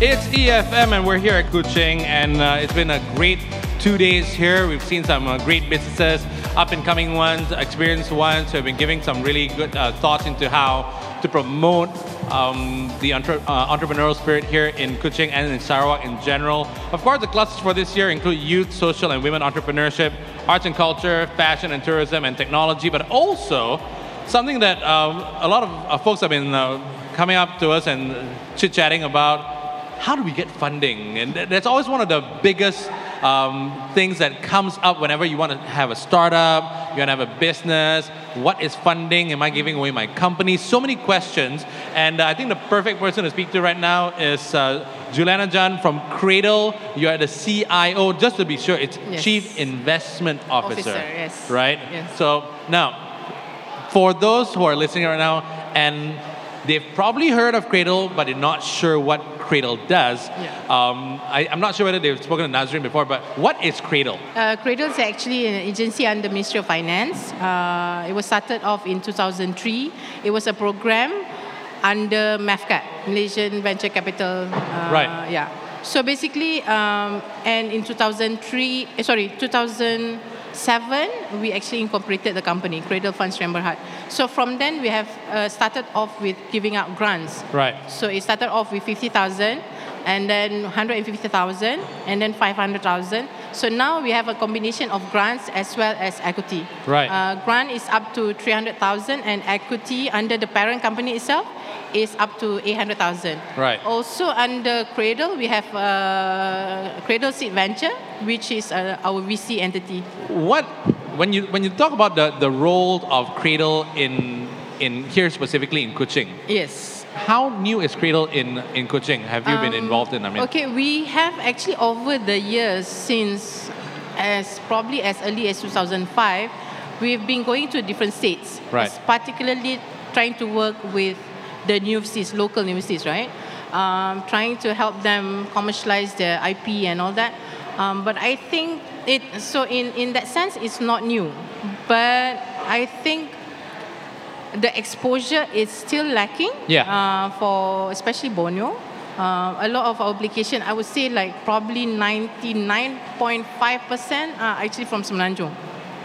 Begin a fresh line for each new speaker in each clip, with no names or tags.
It's EFM, and we're here at Kuching, and uh, it's been a great two days here. We've seen some uh, great businesses, up and coming ones, experienced ones. We've been giving some really good uh, thoughts into how to promote um, the entre- uh, entrepreneurial spirit here in Kuching and in Sarawak in general. Of course, the clusters for this year include youth, social, and women entrepreneurship, arts and culture, fashion and tourism, and technology, but also something that uh, a lot of uh, folks have been uh, coming up to us and chit chatting about how do we get funding? And th- that's always one of the biggest um, things that comes up whenever you want to have a startup, you want to have a business. What is funding? Am I giving away my company? So many questions. And uh, I think the perfect person to speak to right now is uh, Juliana Jan from Cradle. You are the CIO, just to be sure, it's
Yes.
Chief Investment Officer.
Officer, yes.
Right?
Yes.
So now, for those who are listening right now and they've probably heard of Cradle but they're not sure what Cradle does,
Yeah.
um, I, I'm not sure whether they've spoken to Nazrin before, but what is Cradle?
Uh, Cradle is actually an agency under Ministry of Finance. Uh, it was started off in 2003. It was a program under MAFCAT, Malaysian Venture Capital. Uh,
Right.
Yeah. So basically, um, and in 2003, eh, sorry, 2007, we actually incorporated the company, Cradle Funds Remberhard. So from then, we have uh, started off with giving out grants.
Right.
So it started off with 50,000 and then 150,000 and then 500,000. So now we have a combination of grants as well as equity.
Right.
Uh, grant is up to 300,000 and equity under the parent company itself is up to 800,000.
Right.
Also under Cradle, we have uh, Cradle Seed Venture, which is uh, our VC entity.
What when you when you talk about the, the role of Cradle in in here specifically in Kuching,
Yes.
how new is Cradle in in Kuching? Have you been involved in? I mean,
Um, Okay, we have actually over the years since as probably as early as 2005, we've been going to different states.
Right.
It's Particularly trying to work with the universities, local universities, right? Um, trying to help them commercialize their IP and all that. Um, but I think it so in, in that sense it's not new. But I think the exposure is still lacking
Yeah.
uh, for especially Borneo. Uh, a lot of our application, I would say like probably 99.5% are actually from Semenanjung.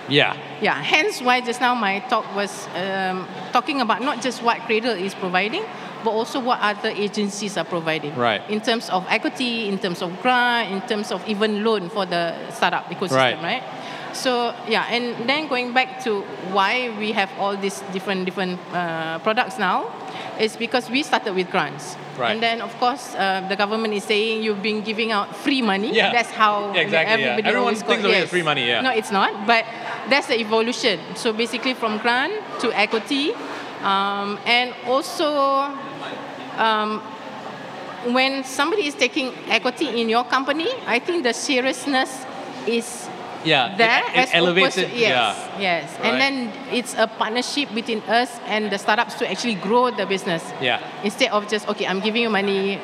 yeah,
Yeah, hence why just now my talk was um, talking about not just what Cradle is providing, but also what other agencies are providing.
Right.
In terms of equity, in terms of grant, in terms of even loan for the startup ecosystem,
Right.
right? So yeah, and then going back to why we have all these different different uh, products now, is because we started with grants.
Right.
And then of course uh, the government is saying you've been giving out free money.
Yeah.
That's how
Yeah, exactly, yeah.
everybody
Everyone
always
thinks
call-
of it as free money, yeah.
No, it's not, but that's the evolution. So basically, from grant to equity, um, and also um, when somebody is taking equity in your company, I think the seriousness is
yeah,
there
it, it
as
elevates
opposed
it.
to- yes,
Yeah,
yes.
Right.
And then it's a partnership between us and the startups to actually grow the business.
Yeah.
Instead of just okay, I'm giving you money,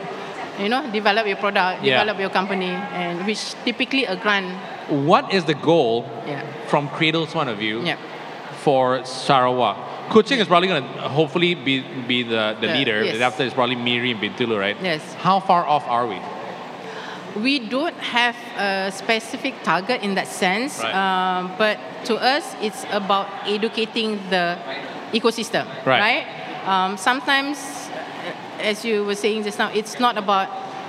you know, develop your product,
Yeah.
develop your company, and which typically a grant.
What is the goal
Yeah.
from Cradle's point of view?
Yeah.
for Sarawak. Kuching is probably going to hopefully be, be the, the
Yeah,
leader.
yes.
But after it's probably Miri and Bintulu, right?
Yes.
How far off are we?
We don't have a specific target in that sense,
Right.
um, but to us, it's about educating the ecosystem,
Right.
right? Um, sometimes, uh, as you were saying just now, it's not about,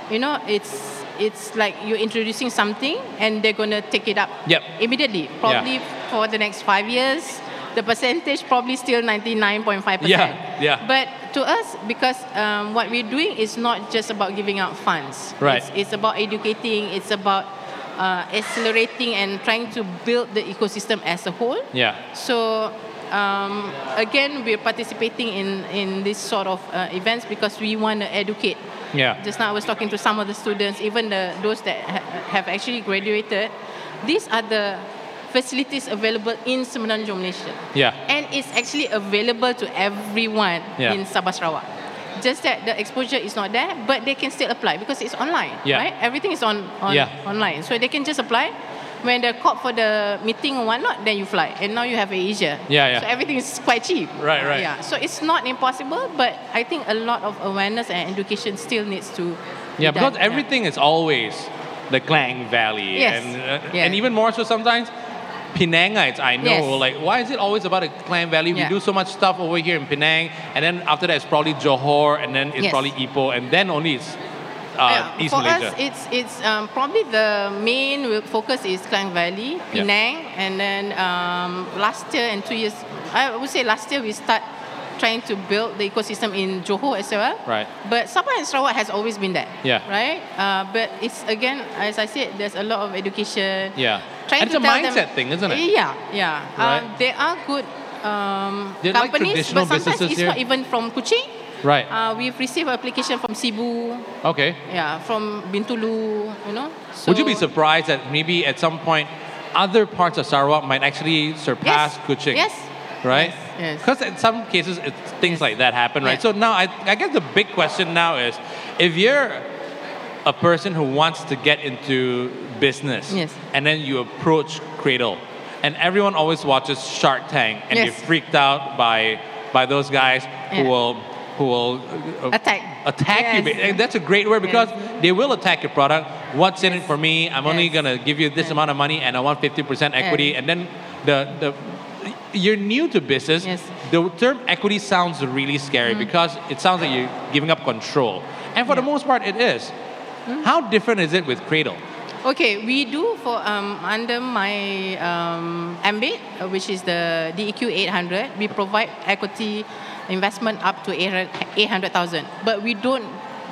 you know, it's it's like you're introducing something and they're gonna take it up
Yep.
immediately, probably for the next five years. The percentage probably still 99.5%.
Yeah, yeah.
But to us, because um, what we're doing is not just about giving out funds.
Right.
It's, it's about educating. It's about uh, accelerating and trying to build the ecosystem as a whole.
Yeah.
So um, again, we're participating in in this sort of uh, events because we want to educate.
Yeah.
Just now, I was talking to some of the students, even the those that ha- have actually graduated. These are the facilities available in Semenanjung, Malaysia.
Yeah.
And it's actually available to everyone
Yeah.
in Sabah Sarawak. Just that the exposure is not there, but they can still apply because it's online,
Yeah.
right? Everything is on, on
Yeah.
online, so they can just apply. When they're called for the meeting or whatnot, then you fly, and now you have Asia.
Yeah, yeah.
So everything is quite cheap.
Right, right.
Yeah. So it's not impossible, but I think a lot of awareness and education still needs to
Yeah,
be
because
done.
everything is always the Klang Valley,
Yes.
and uh,
Yeah.
and even more so sometimes Penangites. I know,
Yes.
like, why is it always about the Klang Valley?
Yeah.
We do so much stuff over here in Penang, and then after that it's probably Johor, and then it's
Yes.
probably Ipoh, and then only it's uh,
Yeah,
East
for
Malaysia.
us, it's it's um, probably the main wo- focus is Klang Valley,
Yeah.
Penang, and then um, last year and two years, I would say last year we start trying to build the ecosystem in Johor as well.
Right.
But Sabah and Sarawak has always been there.
Yeah.
Right. Uh, but it's again, as I said, there's a lot of education.
yeah,
Trying
and
to
it's a
tell
mindset
them, Eh,
thing, isn't it?
Yeah, yeah.
Right.
Uh, there are good um,
They're like
companies,
traditional
but sometimes
businesses
it's
here.
not even from Kuching.
Right.
Uh, we've received application from Cebu,
okay.
yeah, from Bintulu, you know. So,
Would you be surprised that maybe at some point other parts of Sarawak might actually surpass
Yes.
Kuching?
Yes.
Right?
Yes, yes.
Because in some cases, it's, things
Yes.
like that happen, right? So
Yeah.
now, I, I guess the big question now is if you're a person who wants to get into business
Yes.
and then you approach Cradle and everyone always watches Shark Tank and
Yes.
they're freaked out by, by those guys who
Yeah.
will who will uh,
Attack.
attack you.
Yes.
ba- And that's a great word because they will attack your product. What's in it for me? I'm only
Yes.
gonna give you this
Yes.
amount of money, and I want 50% equity.
Yes.
And then the the you're new to business.
Yes. Mm-hmm.
The term equity sounds really scary because it sounds like you're giving up control, and for the most part, it is.
Hmm?
How different is it with Cradle?
Okay, we do for um, under my um, ambit, uh, which is the DEQ 800, we provide equity investment up to 800,000, but we don't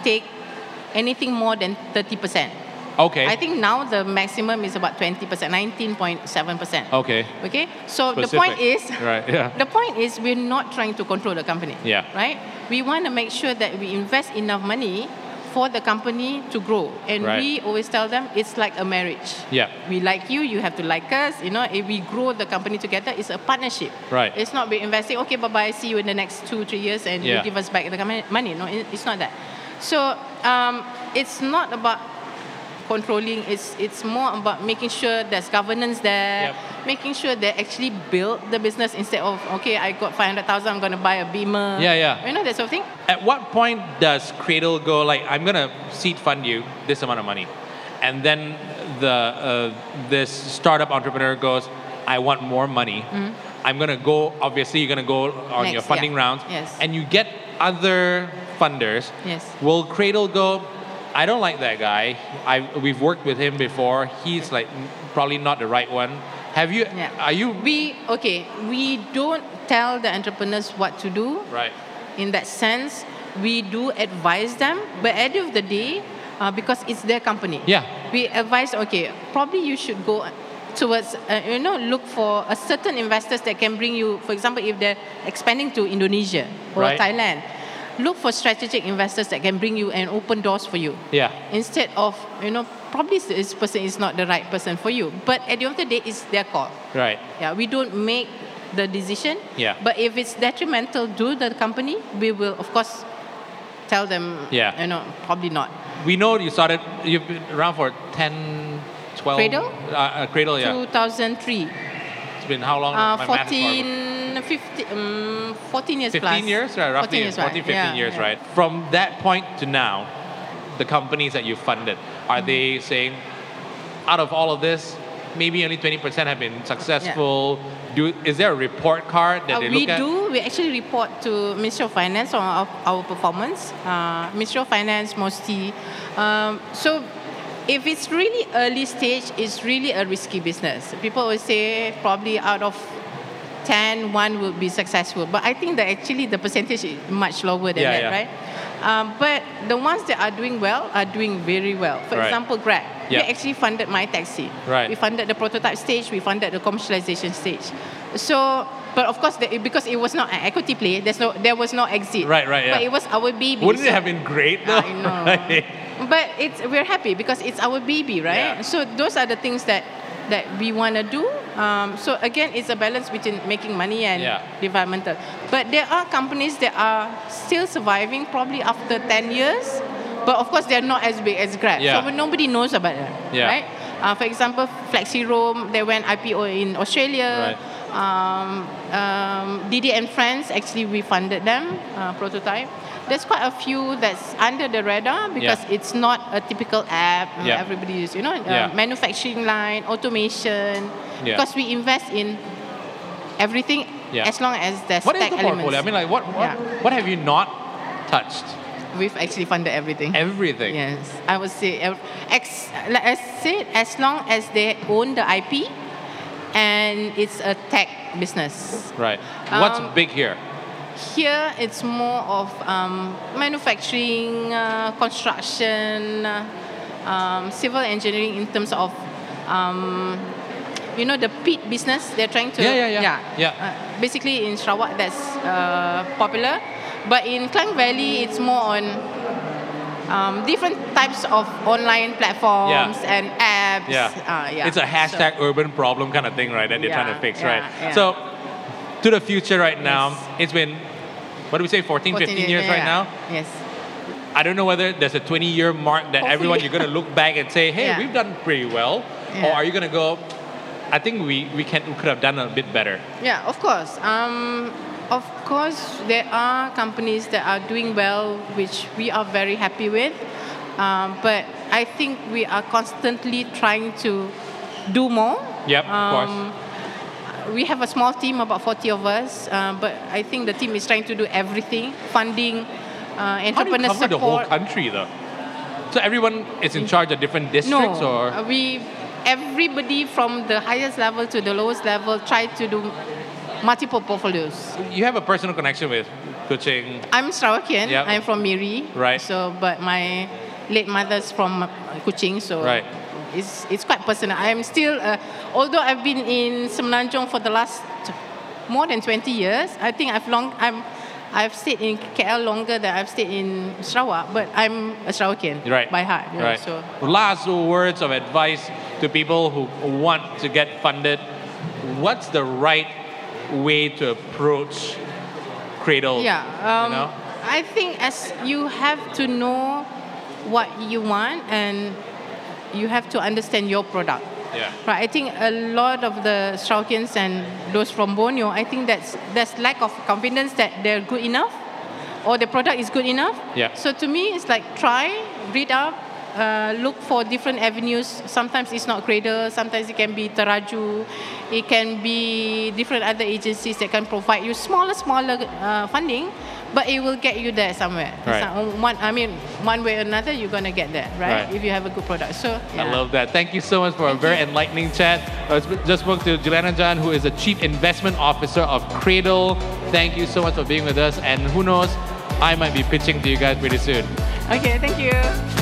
take anything more than 30%.
Okay.
I think now the maximum is about 20%, 19.7%.
okay.
Okay, so the
Oh. Specific.
point is,
Right, yeah.
the point is we're not trying to control the company.
Yeah.
Right. We want to make sure that we invest enough money for the company to grow, and
Right.
we always tell them it's like a marriage.
Yeah.
We like you, you have to like us. You know, if we grow the company together, it's a partnership.
Right.
It's not we investing. Okay, bye bye. See you in the next two three years, and
Yeah.
you give us back the com- money. No, it- it's not that. So um, it's not about controlling it's it's more about making sure there's governance there
Yep.
making sure they actually build the business instead of okay i got 500000 i'm going to buy a beamer
Yeah, yeah.
you know that sort of thing
At what point does Cradle go like, I'm gonna seed fund you this amount of money, and then the uh, this startup entrepreneur goes, I want more money. I'm gonna go. Obviously, you're gonna go on
Mm-hmm. Next,
your funding
yeah.
rounds,
Yes.
and you get other funders.
Yes.
Will Cradle go? I don't like that guy. I we've worked with him before. He's like probably not the right one. Have you?
Yeah.
Are you?
we okay we don't tell the entrepreneurs what to do
Right.
in that sense we do advise them but at the end of the day uh, because it's their company
Yeah.
we advise okay probably you should go towards uh, you know look for a certain investors that can bring you for example if they're expanding to indonesia or
Right.
thailand look for strategic investors that can bring you and open doors for you
Yeah.
instead of you know probably this person is not the right person for you but at the end of the day it's their call
Right.
yeah, we don't make the decision.
Yeah.
But if it's detrimental to the company, we will of course tell them.
Yeah.
You know, probably not.
We know you started, you've been around for 10, 12.
Cradle?
Uh, uh, cradle, yeah.
2003,
It's been how long?
uh,
My math is horrible.
14, 15, um, 14 years
15
plus.
years, right? Roughly
14 years, right?
14, 15
yeah,
years,
yeah.
right? From that point to now, the companies that you funded, are
Mm-hmm.
they saying, out of all of this, maybe only 20% have been successful? Do, is there a report card that
Uh,
they
we
look at?
do. We actually report to Ministry of Finance on our, our performance. Uh, Ministry of Finance, mostly. Um, so, if it's really early stage, it's really a risky business. People always say probably out of 10, one will be successful. But I think that actually the percentage is much lower than
Yeah,
that,
yeah.
right? Um, but the ones that are doing well are doing very well. For
Right.
example, Grab. We
Yeah.
actually funded my taxi.
Right.
We funded the prototype stage, we funded the commercialization stage. So, but of course, the, because it was not an equity play, there's no, there was no exit.
Right, right,
But
yeah.
it was our baby.
Wouldn't
so-
it have been great though?
I know.
Right?
But it's we're happy because it's our baby, right?
Yeah.
So those are the things that that we want to do. Um, so again, it's a balance between making money and
Yeah.
developmental. But there are companies that are still surviving probably after ten years, but of course they're not as big as Grab.
Yeah.
So nobody knows about them,
Yeah.
right? Uh, for example, FlexiRoam, they went IPO in Australia.
Right.
Um, um, Didi and Friends, actually, we funded them, uh, prototype. there's quite a few that's under the radar because
Yeah.
it's not a typical app uh,
Yeah.
everybody uses. You know, uh,
Yeah.
manufacturing line, automation.
Yeah.
Because we invest in everything
Yeah.
as long as there's
What is
tech
the
elements.
portfolio? I mean, like, what, what,
Yeah.
what have you not touched?
We've actually funded everything.
Everything.
Yes, I would say, ev- ex, like I said, as long as they own the IP and it's a tech business.
Right. What's
Um,
big here?
Here, it's more of um, manufacturing, uh, construction, uh, um, civil engineering in terms of, um, you know, the peat business. They're trying to.
Yeah, yeah, yeah. Yeah.
Uh, basically, in Sarawak, that's uh, popular. But in Klang Valley, it's more on um, different types of online platforms and apps.
Yeah.
Uh, yeah.
It's a
So-
hashtag urban problem kind of thing, right? That they're trying to
Yeah,
fix,
yeah,
right?
yeah.
So, to the future right now,
Yes.
it's been, what do we say, 14, 15 years
yeah,
right
yeah.
now?
Yes.
I don't know whether there's a 20 year mark that
Hopefully.
everyone you're going to look back and say, hey,
Yeah.
we've done pretty well. Or
Yeah.
are you going to go, I think we, we, can, we could have done a bit better?
Yeah, of course. Um, of course, there are companies that are doing well, which we are very happy with. Um, but I think we are constantly trying to do more.
Yep, of course.
Um, We have a small team, about 40 of us, uh, but I think the team is trying to do everything funding, uh,
How do you
entrepreneur
cover
support.
the whole country though? So everyone is in charge of different districts
no,
or?
uh, we everybody from the highest level to the lowest level try to do multiple portfolios.
You have a personal connection with Kuching.
I'm Sarawakian.
Yep.
I'm from Miri.
Right.
So, but my late mother's from Kuching, so
Right.
it's it's quite personal. I'm still, uh, although I've been in Semenanjung for the last more than 20 years. I think I've long I'm I've stayed in KL longer than I've stayed in Sarawak, but I'm a Sarawakian
Right.
by heart. you know,
Right.
So
Last words of advice to people who want to get funded. What's the right way to approach Cradle?
Yeah. Um,
you know?
I think as you have to know what you want and you have to understand your product.
Yeah.
Right, I think a lot of the Straukians and those from Borneo, I think that's that's lack of confidence that they're good enough or the product is good enough.
Yeah.
So to me, it's like try, read up, uh, look for different avenues. Sometimes it's not Cradle, sometimes it can be Teraju, it can be different other agencies that can provide you smaller, smaller uh, funding, but it will get you there somewhere.
Right.
So one, I mean, one way or another, you're gonna get there, right?
Right.
If you have a good product. So
I
yeah.
love that. Thank you so much for a very enlightening chat. I sp- just spoke to Juliana Jan, who is the Chief Investment Officer of Cradle. Thank you so much for being with us. And who knows, I might be pitching to you guys pretty soon.
Okay, thank you.